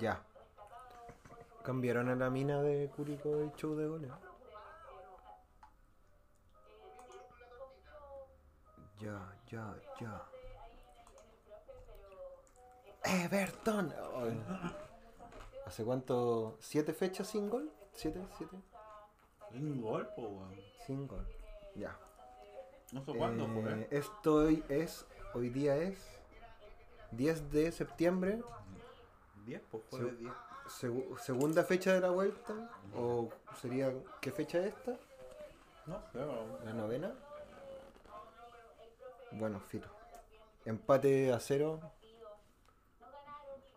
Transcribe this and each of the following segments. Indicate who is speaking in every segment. Speaker 1: Ya. Cambiaron a la mina de Curicó el show de goles. Ya, ya, ya. Everton. Ay. ¿Hace cuánto? ¿Siete fechas sin gol? ¿Siete? ¿Siete?
Speaker 2: Un gol, po, weón.
Speaker 1: Sin gol. Ya.
Speaker 2: No sé cuándo
Speaker 1: Eh,
Speaker 2: fue.
Speaker 1: Esto hoy es, hoy día es 10 de septiembre,
Speaker 2: 10, pues jueves
Speaker 1: Sí.
Speaker 2: 10.
Speaker 1: segu- segunda fecha de la vuelta, o sería, ¿qué fecha es esta?
Speaker 2: No sé, weón.
Speaker 1: ¿La novena? Bueno, filo. Empate a cero.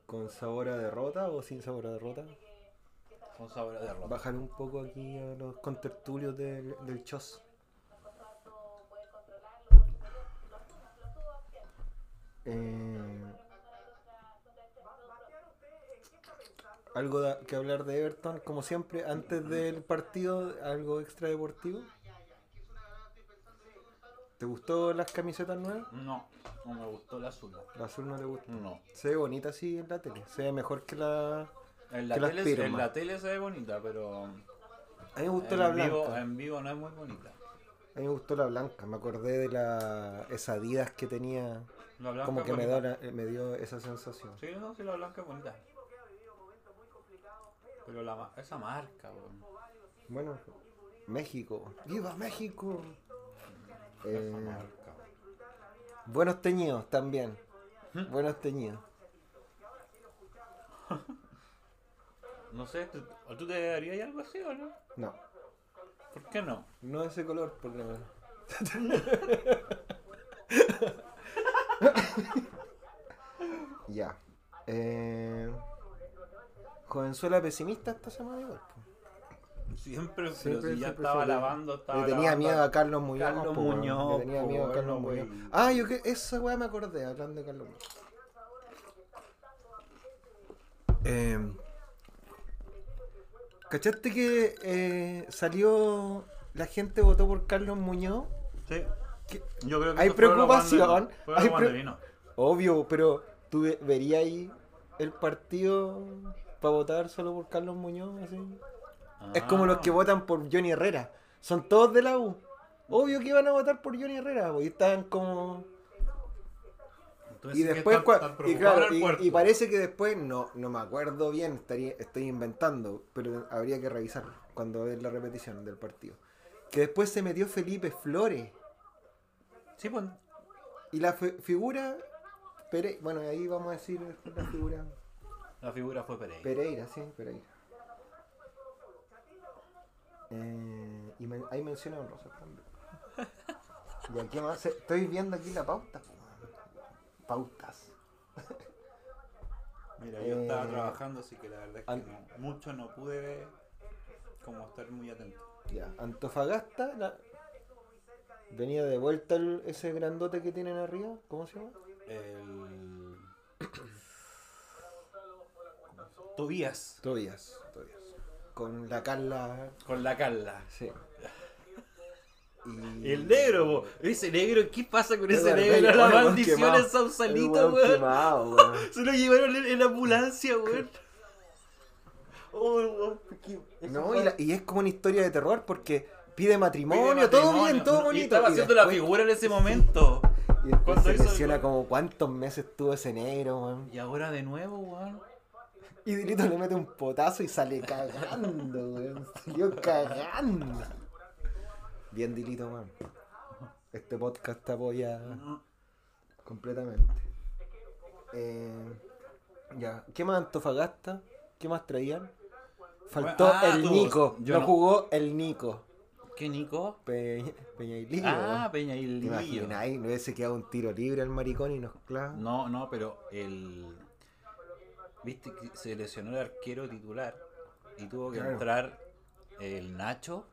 Speaker 1: ¿Con sabor a derrota o sin sabor a derrota?
Speaker 2: Con sabor a derrota.
Speaker 1: Bajar un poco aquí a los contertulios del, del Chos. Eh, algo da- que hablar de Everton, como siempre, antes del partido, algo extra deportivo. ¿Te gustó las camisetas nuevas?
Speaker 2: No, no me gustó la azul.
Speaker 1: La azul no te gusta.
Speaker 2: No.
Speaker 1: Se ve bonita así en la tele, se ve mejor que la...
Speaker 2: En la,
Speaker 1: Que las
Speaker 2: tele,
Speaker 1: firma.
Speaker 2: en la tele se ve bonita, pero
Speaker 1: A mí me gustó la
Speaker 2: Eh, en
Speaker 1: blanca.
Speaker 2: vivo, en vivo no es muy bonita.
Speaker 1: A mí me gustó la blanca, me acordé de la, esas Adidas que tenía,
Speaker 2: La blanca
Speaker 1: como
Speaker 2: es
Speaker 1: que me,
Speaker 2: bonita.
Speaker 1: da la- me dio esa sensación.
Speaker 2: Sí, no, sí, la blanca es bonita. Pero la, ma- esa marca, weón.
Speaker 1: Bueno, México, viva México.
Speaker 2: Esa
Speaker 1: Eh,
Speaker 2: marca. weón.
Speaker 1: buenos teñidos también,
Speaker 2: ¿Mm?
Speaker 1: buenos teñidos.
Speaker 2: No sé, ¿tú, o ¿tú te darías algo así o no?
Speaker 1: No,
Speaker 2: ¿Por qué no?
Speaker 1: no ese color por lo menos. ya. Eh, Jovenzuela pesimista esta semana igual. po.
Speaker 2: Siempre, pero
Speaker 1: Siempre,
Speaker 2: si ya
Speaker 1: siempre
Speaker 2: estaba
Speaker 1: se le-
Speaker 2: lavando, estaba
Speaker 1: Le tenía
Speaker 2: lavando-
Speaker 1: miedo a Carlos Muñoz.
Speaker 2: Carlos
Speaker 1: po, weón.
Speaker 2: Muñoz,
Speaker 1: Le tenía
Speaker 2: po,
Speaker 1: miedo a
Speaker 2: weón,
Speaker 1: Carlos
Speaker 2: no,
Speaker 1: Muñoz.
Speaker 2: wey.
Speaker 1: Ah, yo que esa weá me acordé, hablando de Carlos Muñoz. Eh, ¿Cachaste que eh, salió. La gente votó por Carlos Muñoz?
Speaker 2: Sí.
Speaker 1: ¿Qué?
Speaker 2: Yo creo que
Speaker 1: Hay
Speaker 2: eso fue lo
Speaker 1: preocupación,
Speaker 2: cuando- fue lo
Speaker 1: hay
Speaker 2: cuando
Speaker 1: pre-
Speaker 2: vino.
Speaker 1: Obvio, pero ¿tú ve- verías ahí el partido para votar solo por Carlos Muñoz? así? Es como los que
Speaker 2: Ah.
Speaker 1: votan por Johnny Herrera. Son todos de la U. Obvio que iban a votar por Johnny Herrera, po, y están como.
Speaker 2: Ah. Entonces
Speaker 1: Y
Speaker 2: Pues sí que
Speaker 1: después,
Speaker 2: están-
Speaker 1: cua-
Speaker 2: están
Speaker 1: y,
Speaker 2: preocupados
Speaker 1: claro,
Speaker 2: al
Speaker 1: y,
Speaker 2: puerto.
Speaker 1: y parece que después, no no me acuerdo bien, estaría, estoy inventando, pero habría que revisar cuando es la repetición del partido. Que después se metió Felipe Flores
Speaker 2: Sí, pues,
Speaker 1: y la fe- figura. Pere- bueno, ahí vamos a decir la figura.
Speaker 2: la figura fue Pereira.
Speaker 1: Pereira, sí, Pereira. Eh, y men- ahí menciona a Rosas también. Y aquí más, estoy viendo aquí la pauta. po, weón. Pautas.
Speaker 2: Mira, yo estaba
Speaker 1: Eh,
Speaker 2: trabajando, así que la verdad es que
Speaker 1: al-
Speaker 2: no- mucho no pude como estar muy atento.
Speaker 1: Ya, Antofagasta la- venía de vuelta el- ese grandote que tienen arriba, ¿cómo se llama?
Speaker 2: El... Tobías
Speaker 1: Tobias, Tobias. Con la Carla,
Speaker 2: con la Carla.
Speaker 1: sí. Y
Speaker 2: El negro, po. ese negro, ¿qué pasa con ese
Speaker 1: Eduardo
Speaker 2: negro?
Speaker 1: Bello,
Speaker 2: La
Speaker 1: weón, weón
Speaker 2: maldición
Speaker 1: quemado.
Speaker 2: en
Speaker 1: El
Speaker 2: Sausalito,
Speaker 1: weón
Speaker 2: weón.
Speaker 1: quemado, weón.
Speaker 2: Se lo llevaron en, en la ambulancia, weón. Oh, weón, qué- eso
Speaker 1: No,
Speaker 2: fue-
Speaker 1: y, la- y es como una historia de terror porque pide matrimonio,
Speaker 2: Pide
Speaker 1: todo
Speaker 2: matrimonio,
Speaker 1: bien, todo
Speaker 2: ¿no?
Speaker 1: bonito.
Speaker 2: Y estaba
Speaker 1: y
Speaker 2: haciendo la
Speaker 1: después-
Speaker 2: figura en ese momento.
Speaker 1: y después
Speaker 2: cuando
Speaker 1: se
Speaker 2: hizo el
Speaker 1: lesiona
Speaker 2: gol.
Speaker 1: como cuántos meses estuvo ese negro, weón.
Speaker 2: Y ahora de nuevo, weón.
Speaker 1: Y Dilito le mete un potazo y sale cagando, weón. Salió cagando. Bien, Dilito, weón. Este podcast te apoya completamente. Eh, ya, ¿qué más Antofagasta? ¿Qué más traían? Faltó
Speaker 2: Ah,
Speaker 1: el
Speaker 2: tú,
Speaker 1: Nico.
Speaker 2: yo
Speaker 1: no,
Speaker 2: no.
Speaker 1: jugó el Nico.
Speaker 2: ¿Qué, Nico?
Speaker 1: Pe- Peña y Lillo,
Speaker 2: Ah,
Speaker 1: weón.
Speaker 2: Peña y
Speaker 1: ¿Te
Speaker 2: Lillo.
Speaker 1: imaginas ahí? No hubiese quedado un tiro libre al maricón y nos clava.
Speaker 2: No, no, pero el. Viste que se lesionó el arquero titular y tuvo que
Speaker 1: Claro.
Speaker 2: entrar el Nacho.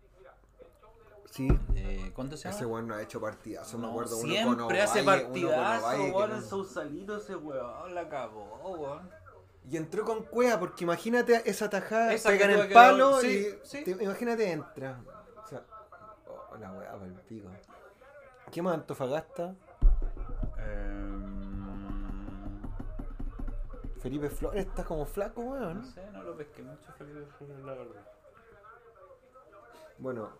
Speaker 1: Sí.
Speaker 2: Eh, ¿Cuánto se llama?
Speaker 1: Ese weón no ha hecho partidazo, me
Speaker 2: No,
Speaker 1: acuerdo. uno
Speaker 2: siempre
Speaker 1: con Ovalle,
Speaker 2: hace
Speaker 1: uno con
Speaker 2: partidazo,
Speaker 1: Ovalle que
Speaker 2: weón.
Speaker 1: no-
Speaker 2: En Sausalito ese weón la cagó, weón.
Speaker 1: Y entró con cueva, porque imagínate esa tajada,
Speaker 2: Esa
Speaker 1: pega
Speaker 2: que
Speaker 1: en
Speaker 2: tuvo
Speaker 1: el
Speaker 2: que-
Speaker 1: palo
Speaker 2: sí,
Speaker 1: y.
Speaker 2: sí.
Speaker 1: te- imagínate, entra. O sea, oh, la weá para el pico. ¿Qué más
Speaker 2: Em,
Speaker 1: Antofagasta? Felipe Flores está como flaco,
Speaker 2: No
Speaker 1: weón.
Speaker 2: sé, no lo pesqué mucho, Felipe Flores, la verdad.
Speaker 1: Bueno,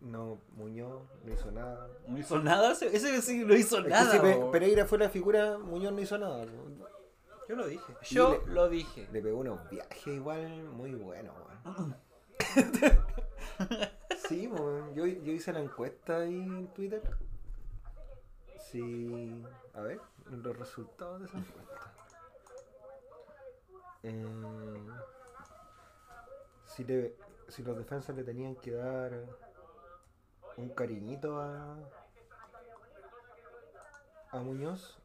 Speaker 1: no, Muñoz no hizo nada.
Speaker 2: No hizo nada, ese, ese sí no hizo
Speaker 1: Es que
Speaker 2: nada.
Speaker 1: si Pe-
Speaker 2: bo.
Speaker 1: Pereira fue la figura, Muñoz no hizo nada. po.
Speaker 2: Yo lo dije. Yo
Speaker 1: le-
Speaker 2: lo dije.
Speaker 1: Le pegó unos viajes igual muy buenos, weón. sí, weón. Yo, yo hice la encuesta ahí en Twitter. Sí. A ver, los resultados de esa encuesta. Eh, si, le- si los defensas le tenían que dar un cariñito a, a Muñoz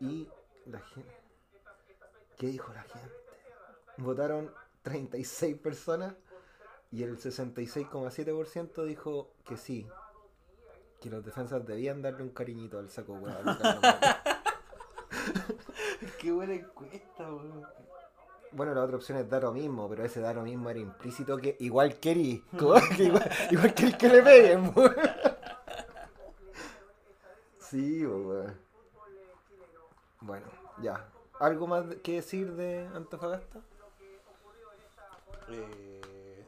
Speaker 1: y la gente. ¿Qué dijo la gente? Votaron 36 personas y el 66,7% dijo que sí. Que los defensas debían darle un cariñito al saco hueá.
Speaker 2: Qué buena encuesta, weón.
Speaker 1: Bueno, la otra opción es dar lo mismo, pero ese dar lo mismo era implícito que igual querí. como que igual, igual querí que le peguen, weón. Sí, weón. Bueno, ya. ¿Algo más que decir de Antofagasta?
Speaker 2: Eh,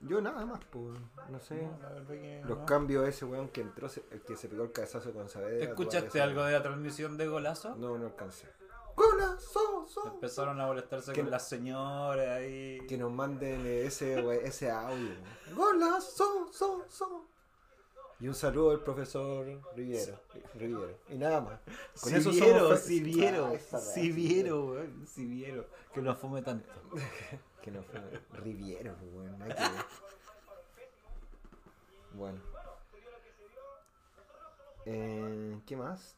Speaker 1: Yo nada más, pues. No sé.
Speaker 2: no, la verdad que
Speaker 1: Los
Speaker 2: no.
Speaker 1: cambios ese weón que entró, se- el que se pegó el cabezazo con Saavedra.
Speaker 2: ¿Escuchaste
Speaker 1: todavía se-
Speaker 2: algo de la transmisión de golazo?
Speaker 1: No, no alcancé. ¡Golazo! so!
Speaker 2: Empezaron a molestarse
Speaker 1: Que
Speaker 2: con
Speaker 1: no-
Speaker 2: las señoras ahí.
Speaker 1: Que nos manden ese, we- ese audio. ¡Golazo! so, so! Y un saludo al profesor Riviero. Riviero. Y nada más. Con
Speaker 2: Si
Speaker 1: eso somos
Speaker 2: vieron,
Speaker 1: felices.
Speaker 2: si vieron,
Speaker 1: Ah, esa weá,
Speaker 2: si vieron, weón, si vieron. Que no fume tanto.
Speaker 1: Que no fue Riviero, pues, weón. nada que ver. Bueno. Eh, ¿Qué más?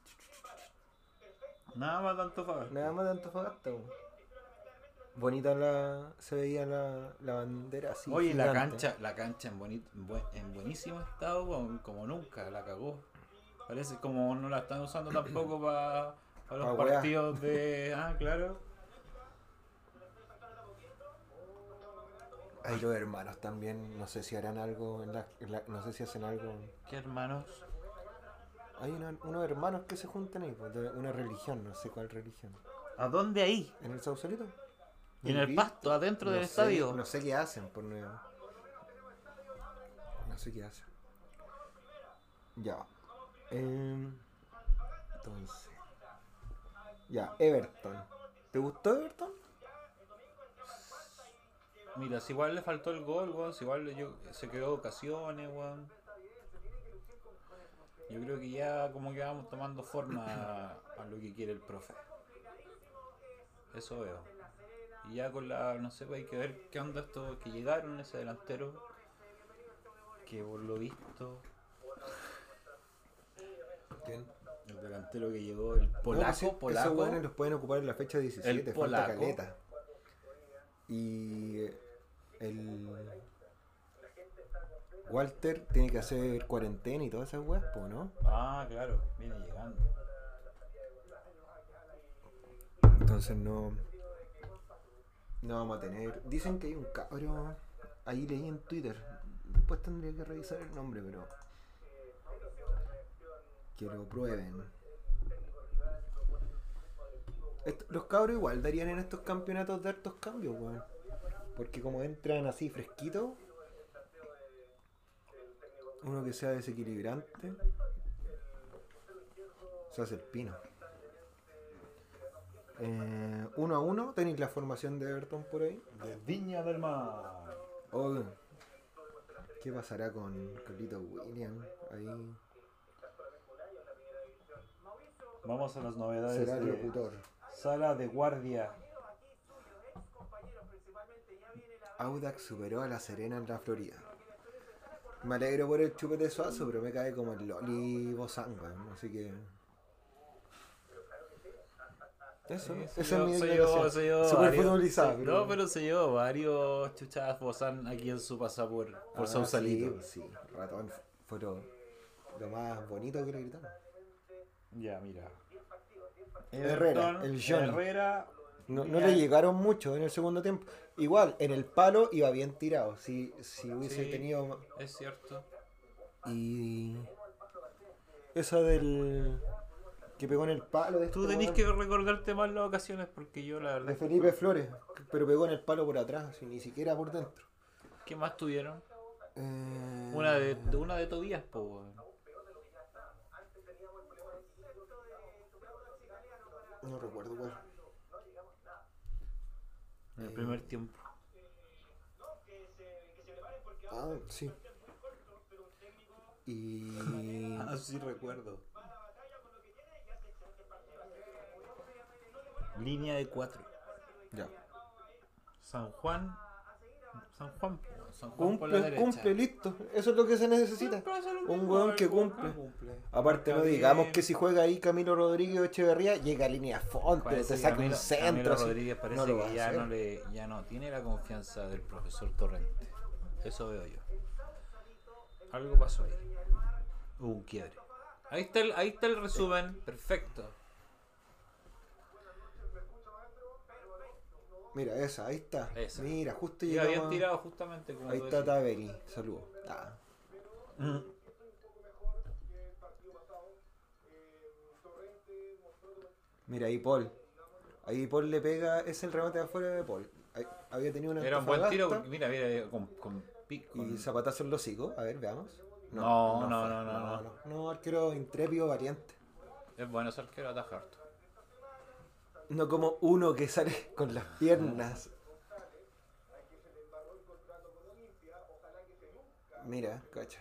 Speaker 2: Nada más tanto favor.
Speaker 1: Nada más de Antofagasta. po. Bonita la. se veía la, la bandera así.
Speaker 2: Oye, la
Speaker 1: gigante.
Speaker 2: cancha, la cancha en, boni- en buen- en buenísimo estado, weón, como nunca, la cagó. Parece como no la están usando tampoco para los
Speaker 1: Pa' weá.
Speaker 2: partidos de. Ah, claro.
Speaker 1: Hay los hermanos también, no sé si harán algo, en la- en la- no sé si hacen algo.
Speaker 2: ¿Qué hermanos?
Speaker 1: Hay una- unos hermanos que se juntan ahí, pues, de una religión, no sé cuál religión.
Speaker 2: ¿A dónde ahí?
Speaker 1: ¿En el Sausalito?
Speaker 2: En el
Speaker 1: Pi-
Speaker 2: pasto, adentro
Speaker 1: No
Speaker 2: del
Speaker 1: sé,
Speaker 2: estadio.
Speaker 1: No sé qué hacen, por nuevo. No sé qué hacen. Ya. Em, entonces. Ya, Everton. ¿Te gustó Everton?
Speaker 2: Mira, si igual le faltó el gol, weón, si igual le- yo, se quedó ocasiones, weón. Yo creo que ya como que vamos tomando forma a, a lo que quiere el profe. Eso veo. Y ya con la, no sé, pues hay que ver qué onda estos que llegaron, ese delantero. Que por lo visto, el delantero que llegó, el
Speaker 1: No, pues sí,
Speaker 2: polaco,
Speaker 1: Esos
Speaker 2: polaco.
Speaker 1: hueones los pueden ocupar en la fecha 17, falta
Speaker 2: El polaco.
Speaker 1: caleta. Y eh, el Walter tiene que hacer cuarentena y todas esas weas, po, ¿no?
Speaker 2: Ah, claro, viene llegando.
Speaker 1: Entonces no. No vamos a tener. Dicen que hay un cabro. Ahí leí en Twitter. Después tendría que revisar el nombre, pero. Que lo prueben. Est- los cabros igual darían en estos campeonatos de hartos cambios, weón. Porque como entran así fresquitos. Uno que sea desequilibrante. Se hace el pino. Eh, uno a uno, tenéis la formación de Everton por ahí.
Speaker 2: De Viña del Mar.
Speaker 1: Oh, ¿Qué pasará con Carlito William? Ahí
Speaker 2: Vamos a las novedades.
Speaker 1: será el
Speaker 2: de-
Speaker 1: locutor.
Speaker 2: Sala de guardia.
Speaker 1: Audax superó a la Serena en la Florida. Me alegro por el chupete suazo, pero me cae como el Loli Bozanga, así que. Eso,
Speaker 2: Sí,
Speaker 1: esa
Speaker 2: se
Speaker 1: es
Speaker 2: llevó-
Speaker 1: mi
Speaker 2: se
Speaker 1: declaración.
Speaker 2: llevó- se llevó
Speaker 1: Súper
Speaker 2: varios-
Speaker 1: futbolizada,
Speaker 2: sí, No, pero se llevó varios chuchadas Bozán aquí en su pasa por, por
Speaker 1: Ah,
Speaker 2: Sausalito.
Speaker 1: Sí, sí, ratón fue lo, lo más bonito que le gritaron.
Speaker 2: Ya, mira.
Speaker 1: Herrera,
Speaker 2: Everton,
Speaker 1: el Johnny.
Speaker 2: Herrera.
Speaker 1: No, no
Speaker 2: Mira,
Speaker 1: le llegaron mucho en el segundo tiempo. Igual, en el palo iba bien tirado. Si, si hubiese
Speaker 2: Sí.
Speaker 1: tenido. ma-
Speaker 2: Es cierto.
Speaker 1: Y. Esa del. que pegó en el palo de
Speaker 2: Tú
Speaker 1: este
Speaker 2: tenés
Speaker 1: weón,
Speaker 2: que recordarte más las ocasiones porque yo la verdad
Speaker 1: De Felipe Flores, pero pegó en el palo por atrás, así, ni siquiera por dentro.
Speaker 2: ¿Qué más tuvieron?
Speaker 1: Eh,
Speaker 2: Una de, de una de Tobías, po, weón.
Speaker 1: No recuerdo cuál.
Speaker 2: En el primer tiempo.
Speaker 1: Ah, sí. Y.
Speaker 2: Ah, sí recuerdo. Línea de cuatro.
Speaker 1: Ya.
Speaker 2: San Juan. San Juan. po, weón. San Juan por la
Speaker 1: Cumple,
Speaker 2: derecha.
Speaker 1: cumple, listo. Eso es lo que se necesita.
Speaker 2: Siempre hacer
Speaker 1: Un
Speaker 2: mismo,
Speaker 1: weón
Speaker 2: el
Speaker 1: que cumple. Aparte,
Speaker 2: Marca
Speaker 1: no
Speaker 2: bien.
Speaker 1: digamos que si juega ahí Camilo Rodríguez o Echeverría, llega a línea fonte,
Speaker 2: Parece
Speaker 1: te
Speaker 2: que
Speaker 1: saca
Speaker 2: pues Camilo-
Speaker 1: un centro.
Speaker 2: Camilo
Speaker 1: así.
Speaker 2: Rodríguez parece
Speaker 1: no lo va
Speaker 2: que
Speaker 1: a
Speaker 2: ya
Speaker 1: hacer.
Speaker 2: no, le, ya no tiene la confianza del profesor Torrente. Eso veo yo. Algo pasó ahí. Hubo uh, un quiebre. Ahí está el, ahí está el resumen. Perfecto.
Speaker 1: Mira, esa, ahí está.
Speaker 2: Esa.
Speaker 1: Mira, justo
Speaker 2: Y habían
Speaker 1: llegamos.
Speaker 2: tirado justamente como
Speaker 1: Ahí
Speaker 2: tú
Speaker 1: está
Speaker 2: decías.
Speaker 1: Taveri, saludos. Ah,
Speaker 2: Mm.
Speaker 1: Mira, ahí Paul. Ahí Paul le pega, es el remate de afuera de Paul. Ahí- había tenido una
Speaker 2: Era un buen tiro.
Speaker 1: Antofagasta
Speaker 2: Mira, mira, con, con pico.
Speaker 1: Y zapatazo en los hocico. A ver, veamos.
Speaker 2: No, no,
Speaker 1: fue.
Speaker 2: no, no, no.
Speaker 1: No, arquero intrépido, variante.
Speaker 2: Es bueno ese arquero ataja harto.
Speaker 1: No como uno que sale con las piernas. Mira, cacha.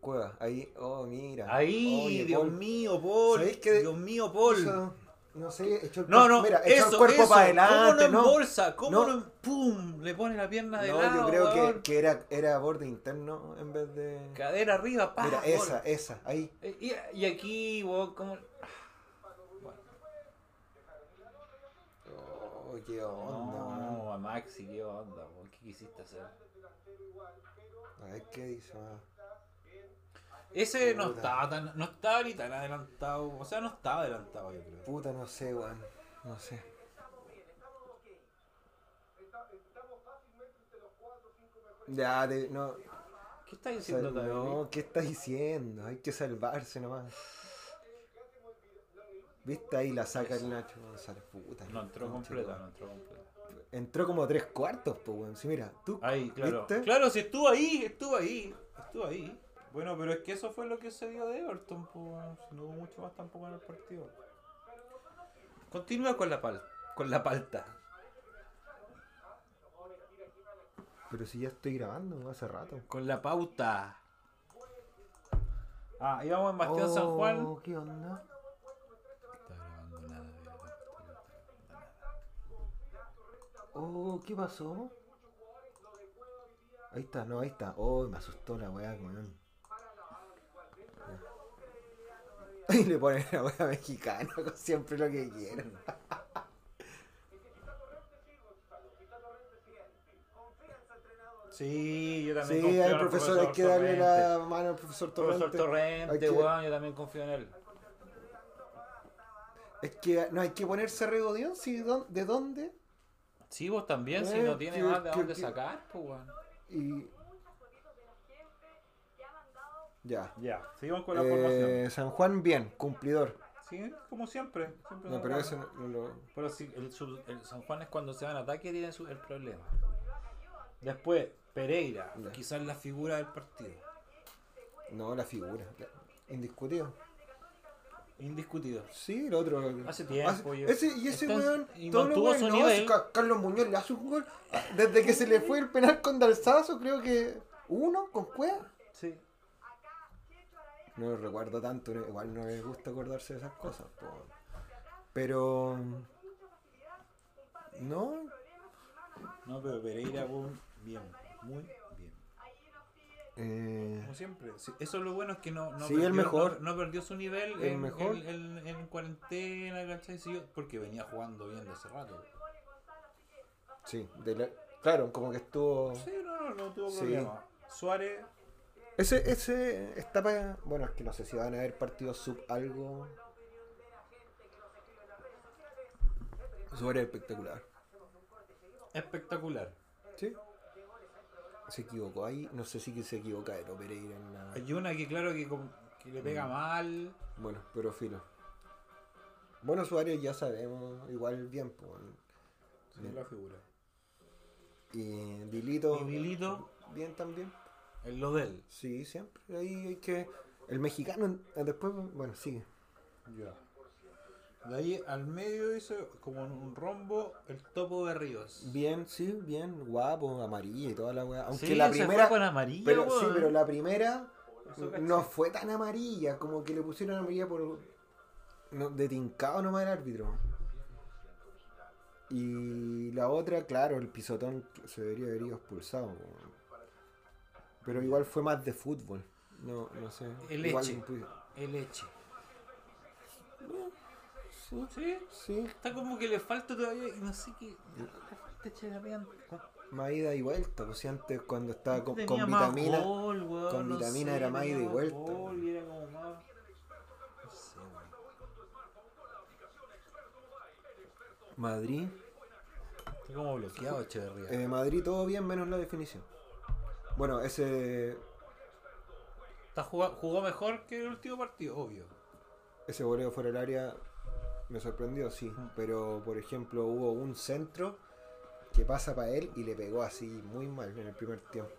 Speaker 1: Cueva, ahí, oh, mira.
Speaker 2: Ahí,
Speaker 1: Oye,
Speaker 2: Dios
Speaker 1: Paul,
Speaker 2: mío, Paul.
Speaker 1: ¿Sabéis que-
Speaker 2: Dios mío, Paul.
Speaker 1: hizo- No sé, echó el,
Speaker 2: No,
Speaker 1: cuer-
Speaker 2: no,
Speaker 1: mira, echó
Speaker 2: eso,
Speaker 1: el cuerpo
Speaker 2: eso.
Speaker 1: para adelante,
Speaker 2: ¿Cómo no
Speaker 1: ¿no?
Speaker 2: embolsa? ¿Cómo
Speaker 1: No.
Speaker 2: no, em- pum? Le pone la pierna de
Speaker 1: No,
Speaker 2: lado,
Speaker 1: yo creo que,
Speaker 2: weón.
Speaker 1: que era, era borde interno en vez de.
Speaker 2: Cadera arriba, pa.
Speaker 1: Mira,
Speaker 2: gol.
Speaker 1: esa, esa, ahí.
Speaker 2: Eh, Y, y aquí, weón, como...
Speaker 1: Oh, qué onda, weón.
Speaker 2: No, a Maxi, qué onda, weón. ¿Qué quisiste hacer?
Speaker 1: A ver qué dice. weón.
Speaker 2: Ese no
Speaker 1: Puta.
Speaker 2: estaba tan, no estaba ni tan adelantado. O sea, no estaba adelantado, yo creo.
Speaker 1: Puta, no sé, weón. No sé. Ya, te- no,
Speaker 2: ¿Qué estás diciendo,
Speaker 1: sal-
Speaker 2: David?
Speaker 1: no, ¿qué estás diciendo? Hay que salvarse nomás. ¿Viste ahí la saca el Nacho González? Puta.
Speaker 2: No entró
Speaker 1: concha,
Speaker 2: completa,
Speaker 1: weón.
Speaker 2: no Ah. entró completa.
Speaker 1: Entró como tres cuartos, pues, weón. Sí, mira, tú.
Speaker 2: Ahí, claro.
Speaker 1: ¿Viste?
Speaker 2: Claro, si estuvo ahí, estuvo ahí, estuvo ahí. Bueno, pero es que eso fue lo que se dio de Everton, pues, bueno, si no hubo mucho más tampoco en el partido. Continúa con la pal con la palta.
Speaker 1: Pero si ya estoy grabando weón, hace rato.
Speaker 2: Con la pauta. Ah, íbamos en Bastión San Juan.
Speaker 1: Oh, ¿Qué onda? Oh, ¿qué pasó? Ahí está, no, ahí está. Oh, me asustó la weá, weón. Y le ponen la weá mexicana con siempre lo que quieren.
Speaker 2: Sí, yo también
Speaker 1: Sí,
Speaker 2: confío en
Speaker 1: al
Speaker 2: el
Speaker 1: profesor hay que darle
Speaker 2: Torrente.
Speaker 1: la mano al profesor
Speaker 2: Profesor
Speaker 1: Torrente.
Speaker 2: Torrente,
Speaker 1: Hay que-
Speaker 2: weón, yo también confío en él.
Speaker 1: Es que no hay que ponerse regodión, si don- ¿de dónde?
Speaker 2: Sí, vos también, si
Speaker 1: Eh,
Speaker 2: no tiene
Speaker 1: que-
Speaker 2: más de
Speaker 1: que-
Speaker 2: dónde
Speaker 1: que-
Speaker 2: sacar, pues, weón.
Speaker 1: Y ya.
Speaker 2: Ya, seguimos con
Speaker 1: Eh, San Juan bien, cumplidor.
Speaker 2: Sí, como siempre. siempre
Speaker 1: No,
Speaker 2: se
Speaker 1: pero
Speaker 2: gana.
Speaker 1: eso no, no lo...
Speaker 2: Pero sí, el, sub- el San Juan es cuando se van a ataque tienen su- el problema. Después, Pereira,
Speaker 1: Ya.
Speaker 2: quizás la figura del partido.
Speaker 1: No, la figura. la- Indiscutido.
Speaker 2: Indiscutido.
Speaker 1: Sí, el otro.
Speaker 2: Hace tiempo, yo-
Speaker 1: ese, y ese
Speaker 2: Está en-
Speaker 1: weón.
Speaker 2: y
Speaker 1: todos los
Speaker 2: mantuvo
Speaker 1: weones,
Speaker 2: su
Speaker 1: no,
Speaker 2: nivel.
Speaker 1: si Ca- Carlos Muñoz le hace un gol. ah, Desde que se le fue el penal con Dalsazo, creo que. ¿Uno? ¿Con Cueva?
Speaker 2: Sí.
Speaker 1: No lo recuerdo tanto, no- igual no me gusta acordarse de esas cosas. po. Pero. No,
Speaker 2: No, pero Pereira, weón, bien. Muy bien.
Speaker 1: eh,
Speaker 2: Como siempre. Sí, eso es lo bueno, es que no, no,
Speaker 1: Sí, el
Speaker 2: perdió,
Speaker 1: mejor.
Speaker 2: no, no perdió su nivel
Speaker 1: El
Speaker 2: en,
Speaker 1: mejor.
Speaker 2: en- en- en cuarentena, ¿cachai? Sí, porque venía jugando bien de hace rato.
Speaker 1: sí, de la- claro, como que estuvo.
Speaker 2: Sí, no, no, no tuvo
Speaker 1: Sí.
Speaker 2: problema. Suárez,
Speaker 1: Ese, ese está para. Bueno, es que no sé si van a haber partidos sub algo. Sobre espectacular.
Speaker 2: espectacular.
Speaker 1: ¿Sí? Se equivocó ahí. No sé si que se equivoca pero Pereira en la.
Speaker 2: Hay una que claro que, com- que le
Speaker 1: Mm.
Speaker 2: pega mal.
Speaker 1: Bueno, pero filo. Bueno, usuarios ya sabemos, igual bien, pues. weón.
Speaker 2: Se le la figura.
Speaker 1: Y Dilito.
Speaker 2: Y Dilito.
Speaker 1: Bien también.
Speaker 2: Es lo de él.
Speaker 1: Sí, siempre. Ahí hay que. El mexicano, eh, después, bueno, sigue.
Speaker 2: Ya. De ahí al medio dice, como en un rombo, el topo de Ríos.
Speaker 1: Bien, sí, bien, guapo, amarilla y toda la weá. Aunque
Speaker 2: Sí,
Speaker 1: la
Speaker 2: se fue
Speaker 1: primera.
Speaker 2: con amarillo,
Speaker 1: pero, sí,
Speaker 2: weón.
Speaker 1: pero la primera
Speaker 2: Eso caché.
Speaker 1: no fue tan amarilla, como que le pusieron amarilla por. No, de tincado nomás el árbitro. Y la otra, claro, el pisotón se debería haber ido expulsado. weón. Pero igual fue más de fútbol. No, no sé.
Speaker 2: El
Speaker 1: Igual
Speaker 2: Elche.
Speaker 1: un pu-
Speaker 2: El leche.
Speaker 1: Sí,
Speaker 2: Sí.
Speaker 1: sí.
Speaker 2: Está como que le falta todavía y no sé qué. Le falta echar a pegar.
Speaker 1: Más ida y vuelta. Pues si antes cuando estaba con, con
Speaker 2: Tenía más
Speaker 1: vitamina.
Speaker 2: gol, weón,
Speaker 1: con vitamina era más
Speaker 2: tenía
Speaker 1: ida y vuelta,
Speaker 2: gol
Speaker 1: weón.
Speaker 2: y era como más- no sé, weón.
Speaker 1: Madrid.
Speaker 2: Está como bloqueado Echeverría.
Speaker 1: Eh, Madrid todo bien menos la definición. Bueno, ese
Speaker 2: Está jugando, jugó mejor que el último partido, obvio.
Speaker 1: ese voleo fuera del área me sorprendió, sí. Pero por ejemplo hubo un centro que pasa para él y le pegó así muy mal en el primer tiempo.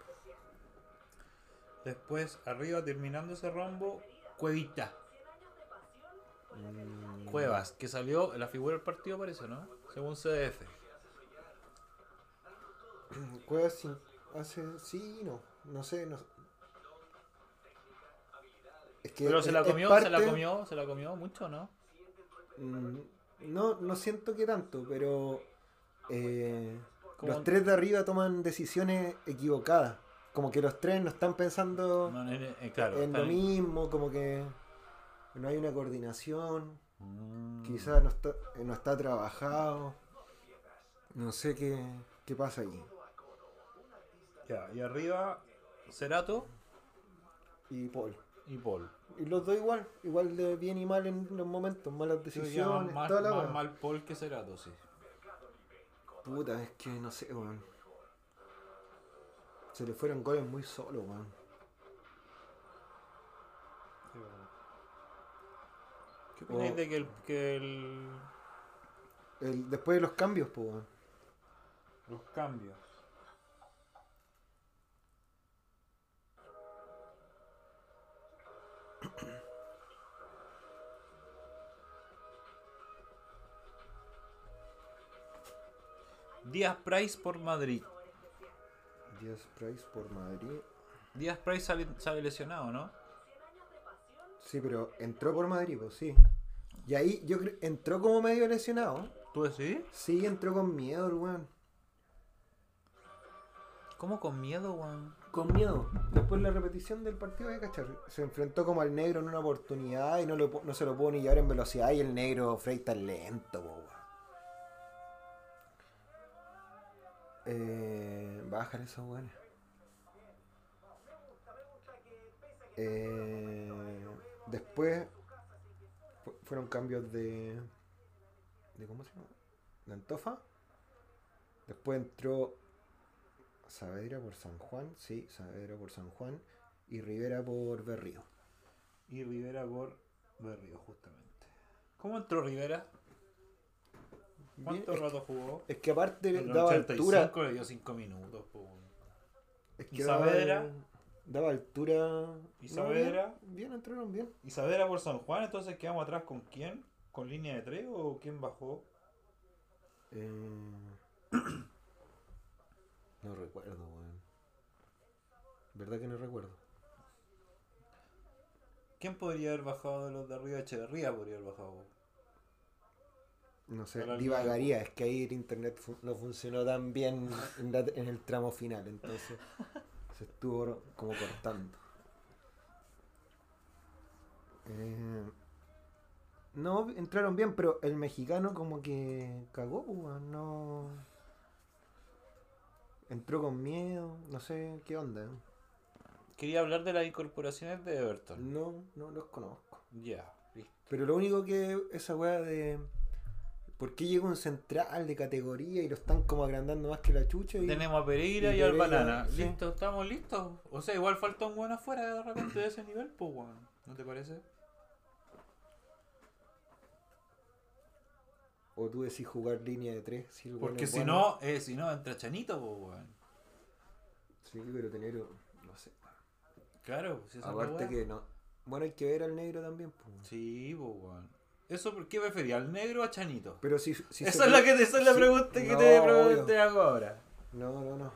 Speaker 2: Después, arriba, terminando ese rombo, Cuevita.
Speaker 1: Mm,
Speaker 2: Cuevas, que salió la figura del partido, parece, ¿no? Según CDF.
Speaker 1: mm, Cuevas sí, hace sí y no, no sé, no. Es que
Speaker 2: Pero
Speaker 1: es-
Speaker 2: se la
Speaker 1: es
Speaker 2: comió, se la
Speaker 1: parte-
Speaker 2: comió, se la comió mucho, ¿no?
Speaker 1: Mm, No, no siento que tanto, pero eh,
Speaker 2: Como-
Speaker 1: los tres de arriba toman decisiones equivocadas. Como que los tres no están pensando
Speaker 2: No, no, no, eh, claro.
Speaker 1: en
Speaker 2: está
Speaker 1: lo
Speaker 2: en-
Speaker 1: mismo, como que no hay una coordinación,
Speaker 2: Mm.
Speaker 1: quizás no está, eh, no está trabajado. No sé qué, qué pasa allí.
Speaker 2: Ya, y arriba, Cerato
Speaker 1: Y Paul.
Speaker 2: y Paul.
Speaker 1: Y los dos igual, igual de bien y mal en los momentos, malas
Speaker 2: Sí, ya,
Speaker 1: decisiones,
Speaker 2: más,
Speaker 1: toda la
Speaker 2: más
Speaker 1: wea.
Speaker 2: mal Paul que Cerato, sí.
Speaker 1: Puta, es que no sé, weón. Se le fueron goles muy solo, weón.
Speaker 2: ¿Qué opináis de que el, que el-
Speaker 1: El- después de los cambios, pues, weón.
Speaker 2: los cambios? Díaz Price por Madrid.
Speaker 1: 10 Price por Madrid.
Speaker 2: Díaz Price sale, sale lesionado, ¿no?
Speaker 1: Sí, pero entró por Madrid, pues sí. Y ahí yo creo, entró como medio lesionado.
Speaker 2: ¿Tú decís?
Speaker 1: Sí, entró con miedo el weón.
Speaker 2: ¿Cómo con miedo, Juan?
Speaker 1: Con miedo. Después la repetición del partido de cachar. Se enfrentó como al negro en una oportunidad y no, lo pu- no se lo pudo ni llevar en velocidad. Y el negro freita lento, po, weón. Eh, bajan esos weones. Eh, después fu- fueron cambios de. de ¿Cómo se llama? De Antofa. Después entró Saavedra por San Juan, sí, Saavedra por San Juan y Rivera por Berrío.
Speaker 2: Y Rivera por Berrío, justamente. ¿Cómo entró Rivera?
Speaker 1: Bien,
Speaker 2: ¿Cuánto
Speaker 1: es-
Speaker 2: rato jugó?
Speaker 1: Es que aparte
Speaker 2: En el
Speaker 1: daba
Speaker 2: 85
Speaker 1: altura.
Speaker 2: le dio 5 minutos. po.
Speaker 1: Es
Speaker 2: ¿Y
Speaker 1: que daba-
Speaker 2: Saavedra?
Speaker 1: Daba altura.
Speaker 2: ¿Y
Speaker 1: No,
Speaker 2: Saavedra?
Speaker 1: bien, bien, entraron bien.
Speaker 2: ¿Y Saavedra por San Juan? Entonces quedamos atrás con quién? ¿Con línea de 3 o quién bajó?
Speaker 1: Eh, No recuerdo, weón. ¿Verdad que no recuerdo?
Speaker 2: ¿Quién podría haber bajado de los de arriba? Echeverría podría haber bajado.
Speaker 1: No sé,
Speaker 2: Ahora
Speaker 1: divagaría, es que ahí el internet fu- no funcionó tan bien en, la- en el tramo final, entonces se estuvo ro- como cortando. Eh, no, entraron bien, pero el mexicano como que cagó, pues, weón, no... Entró con miedo, no sé qué onda. ¿eh?
Speaker 2: Quería hablar de las incorporaciones de Everton.
Speaker 1: No, no los conozco.
Speaker 2: Ya, listo.
Speaker 1: Pero lo único que esa weá de ¿Por qué llega un central de categoría y lo están como agrandando más que la chucha? Y...
Speaker 2: Tenemos a Pereira y,
Speaker 1: y
Speaker 2: al
Speaker 1: Pereira,
Speaker 2: Banana.
Speaker 1: sí.
Speaker 2: ¿Listo? ¿Estamos listos? O sea, igual falta un buen afuera de repente de ese nivel, pues, weón. ¿No te parece?
Speaker 1: O tú decís jugar línea de tres. sí, el weón
Speaker 2: Porque
Speaker 1: es
Speaker 2: si
Speaker 1: bueno.
Speaker 2: no, eh, si no, entra Chanito, pues, weón.
Speaker 1: Sí, pero tener. un- No sé.
Speaker 2: Claro, si esa es la
Speaker 1: Aparte
Speaker 2: weá.
Speaker 1: que no. Bueno, hay que ver al negro también. pues, weón.
Speaker 2: Sí, pues, weón. ¿Eso por qué prefería? ¿Al negro o a Chanito?
Speaker 1: Pero si. si
Speaker 2: esa,
Speaker 1: se-
Speaker 2: es la que, esa es la
Speaker 1: sí.
Speaker 2: pregunta que
Speaker 1: No,
Speaker 2: te,
Speaker 1: obvio.
Speaker 2: te hago ahora.
Speaker 1: No, no, no.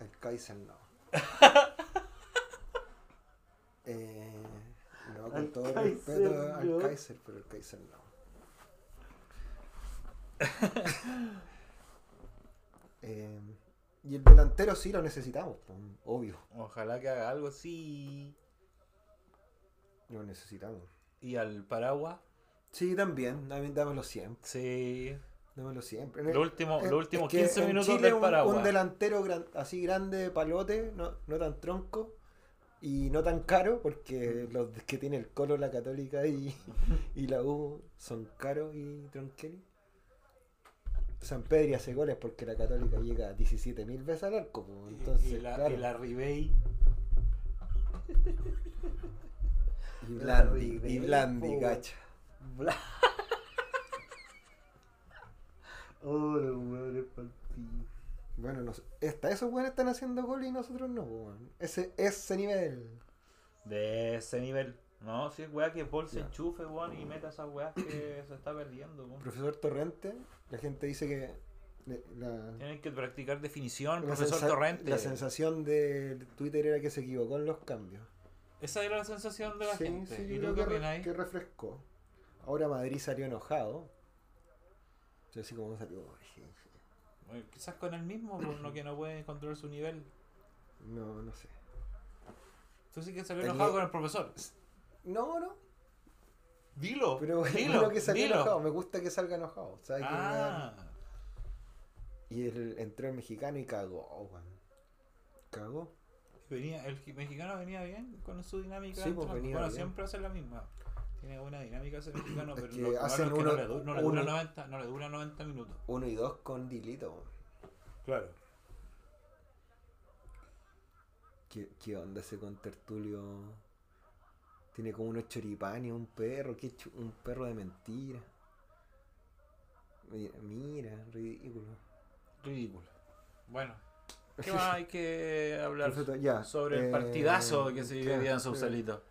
Speaker 1: El Kaiser no. eh, no, con
Speaker 2: Al
Speaker 1: todo
Speaker 2: Kaiser,
Speaker 1: respeto al
Speaker 2: no.
Speaker 1: Kaiser, pero el Kaiser no. Eh, y el delantero sí lo necesitamos, po, obvio,
Speaker 2: Ojalá que haga algo así.
Speaker 1: lo necesitamos.
Speaker 2: ¿Y al paraguas?
Speaker 1: Sí, también, también dámoslo siempre.
Speaker 2: Sí.
Speaker 1: Dámoslo siempre.
Speaker 2: Lo último,
Speaker 1: Eh,
Speaker 2: los últimos
Speaker 1: es que
Speaker 2: 15
Speaker 1: en
Speaker 2: minutos
Speaker 1: Chile
Speaker 2: del
Speaker 1: un-
Speaker 2: paraguas.
Speaker 1: Un, delantero gran- así grande, palote, no, no tan tronco y no tan caro, porque los que tiene el Colo, la Católica y, y la U son caros y tronqueros. San Pedro hace goles porque la Católica llega 17.000 veces al arco. po,
Speaker 2: Y-
Speaker 1: Entonces,
Speaker 2: y, la,
Speaker 1: claro,
Speaker 2: y la Ribey.
Speaker 1: y
Speaker 2: la pues,
Speaker 1: Blandi,
Speaker 2: Ribey,
Speaker 1: y Blandi,
Speaker 2: po,
Speaker 1: cacha.
Speaker 2: Bla- oh, los hueones pa'l pico.
Speaker 1: Bueno, nos, hasta esos buenos están haciendo goles y nosotros no, po, weón. ese, ese nivel.
Speaker 2: De ese nivel. No, si es weá que Paul se
Speaker 1: Ya.
Speaker 2: enchufe, weón, y meta esas weas que se está perdiendo, weón.
Speaker 1: Profesor Torrente, la gente dice que le- la,
Speaker 2: Tienen que practicar definición,
Speaker 1: la
Speaker 2: profesor
Speaker 1: sensa-
Speaker 2: Torrente.
Speaker 1: la sensación de Twitter era que se equivocó en los cambios.
Speaker 2: Esa era la sensación de la
Speaker 1: Sí,
Speaker 2: gente.
Speaker 1: sí, yo
Speaker 2: ¿Y
Speaker 1: creo
Speaker 2: tú qué
Speaker 1: que, re-
Speaker 2: opináis?
Speaker 1: que refrescó. Ahora Madrid salió enojado. O sea, así como salió. "Ay,
Speaker 2: Bueno, Quizás con el mismo, por lo que no puede encontrar su nivel.
Speaker 1: No, no sé.
Speaker 2: Tú sí que salió
Speaker 1: Tenía-
Speaker 2: enojado con el profesor.
Speaker 1: No, no.
Speaker 2: Dilo,
Speaker 1: Pero es
Speaker 2: dilo,
Speaker 1: bueno que salió
Speaker 2: dilo.
Speaker 1: enojado. Me gusta que salga enojado. ¿sabes? Que me da-
Speaker 2: Ah,
Speaker 1: Y el- entró el mexicano y cagó, weón. Cagó.
Speaker 2: venía, el gi- mexicano venía bien con su dinámica.
Speaker 1: Sí, pues,
Speaker 2: entrando.
Speaker 1: venía
Speaker 2: bueno,
Speaker 1: bien.
Speaker 2: siempre hace la misma. Tiene buena dinámica ese mexicano,
Speaker 1: Es
Speaker 2: pero
Speaker 1: que
Speaker 2: lo malo
Speaker 1: hacen
Speaker 2: es que
Speaker 1: uno-
Speaker 2: no, le, du- no le dura
Speaker 1: uno-
Speaker 2: 90, no le dura 90 minutos.
Speaker 1: Uno y dos con Dilito, weón.
Speaker 2: Claro.
Speaker 1: ¿Qué, qué onda ese contertulio? Tiene como unos choripanes, un perro, qué chu- un perro de mentira. Mira, mira, ridículo.
Speaker 2: Ridículo. Bueno, ¿qué más hay que hablar
Speaker 1: Perfecto, ya,
Speaker 2: sobre el
Speaker 1: eh,
Speaker 2: partidazo que se vivió hoy día en
Speaker 1: claro, eh,
Speaker 2: Sausalito?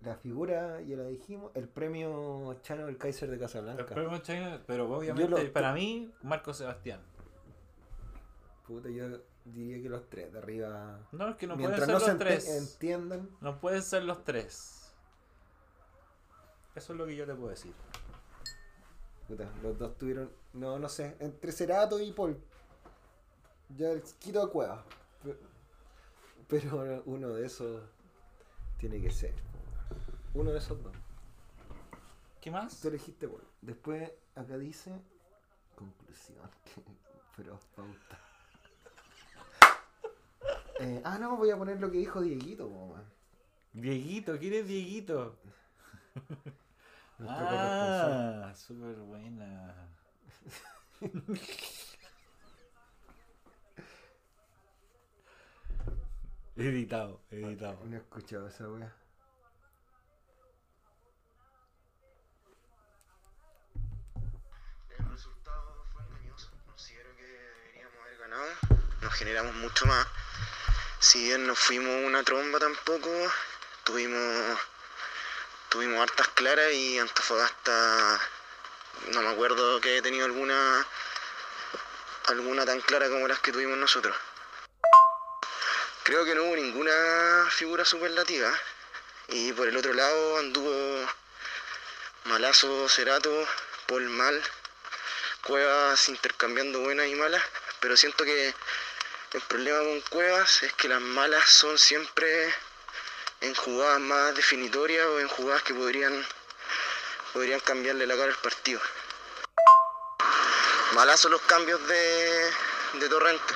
Speaker 1: La figura, ya la dijimos, el premio Chano del Kaiser de
Speaker 2: El
Speaker 1: Casablanca.
Speaker 2: premio China, pero obviamente
Speaker 1: lo-
Speaker 2: para mí, Marco Sebastián.
Speaker 1: Puta, yo diría que los tres de arriba.
Speaker 2: No, es que no
Speaker 1: Mientras
Speaker 2: pueden
Speaker 1: no
Speaker 2: ser
Speaker 1: se
Speaker 2: los
Speaker 1: ente-
Speaker 2: tres.
Speaker 1: entiendan,
Speaker 2: No pueden ser los tres. Eso es lo que yo te puedo decir.
Speaker 1: Puta, los dos tuvieron. No, no sé. Entre Cerato y Paul. Ya el quito a cueva. Pe- Pero uno de esos tiene que ser. Uno de esos dos.
Speaker 2: ¿Qué más?
Speaker 1: Tú elegiste Paul. Después acá dice. Conclusión. Pero pauta. Eh, ah, no, voy a poner lo que dijo Dieguito, po, man.
Speaker 2: Dieguito, ¿quién es Dieguito?
Speaker 1: Nuestro corresponsal.
Speaker 2: Ah, súper buena. editado, editado.
Speaker 1: No he escuchado esa wea.
Speaker 3: El resultado fue engañoso. Considero que deberíamos haber ganado. Nos generamos mucho más. Si bien no fuimos una tromba tampoco, tuvimos tuvimos hartas claras y Antofagasta no me acuerdo que haya tenido alguna alguna tan clara como las que tuvimos nosotros. Creo que no hubo ninguna figura superlativa. Y por el otro lado anduvo Malazo, Cerato, Paul Mal, Cuevas intercambiando buenas y malas, pero siento que el problema con Cuevas es que las malas son siempre en jugadas más definitorias o en jugadas que podrían, podrían cambiarle la cara al partido. Malazo los cambios de, de Torrente.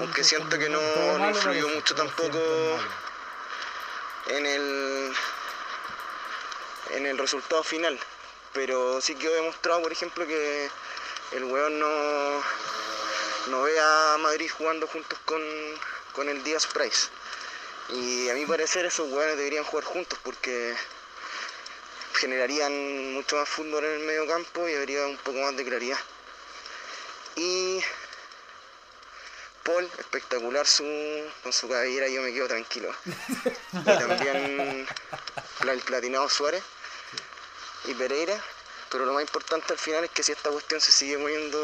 Speaker 3: Aunque siento que no- no influyó mucho tampoco. en el en el resultado final. Pero sí quedó demostrado, por ejemplo, que el weón no, no ve a Madrid jugando juntos con, con el Díaz Price. Y a mi parecer esos weones deberían jugar juntos porque generarían mucho más fútbol en el medio campo y habría un poco más de claridad. Y Paul, espectacular su, con su cabellera, yo me quedo tranquilo. Y también la- el platinado Suárez y Pereira. Pero lo más importante al final es que si esta cuestión se sigue moviendo,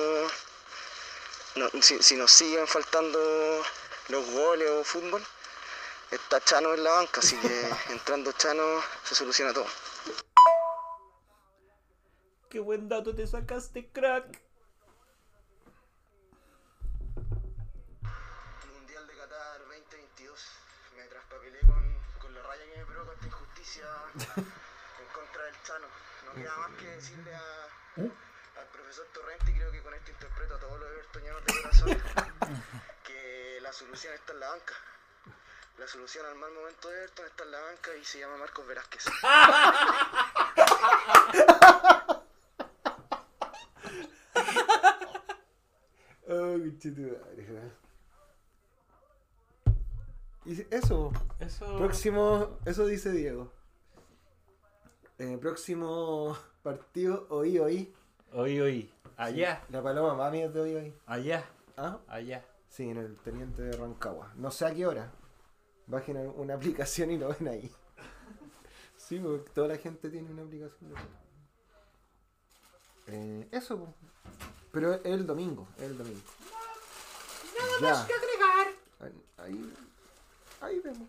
Speaker 3: no, si, si nos siguen faltando los goles o fútbol, está Chano en la banca, así que entrando Chano se soluciona todo.
Speaker 2: Qué buen dato te sacaste, crack.
Speaker 3: Mundial de Qatar 2022. Me traspapelé con, con la raya que me provoca esta injusticia en contra del Chano. No queda más que decirle a- al profesor Torrente, y creo que con esto interpreto a todos los evertonianos de corazón, que la solución está en la banca. La solución al mal momento de Everton está en la banca y se llama Marcos Velázquez.
Speaker 1: Oh, conchetumare, weón. Y eso,
Speaker 2: Eso.
Speaker 1: próximo, eso dice Diego. Eh, próximo partido, hoy, hoy.
Speaker 2: Oí, oí. Allá,
Speaker 1: La paloma mami es de hoy, hoy.
Speaker 2: allá,
Speaker 1: ¿Ah?
Speaker 2: allá.
Speaker 1: Sí, en el teniente de Rancagua. No sé a qué hora. Bajen a- una aplicación y lo ven ahí. Sí, porque toda la gente tiene una aplicación. Eh, eso, po. pero es el domingo, es el domingo. Nada más que agregar. Ahí, ahí vemos.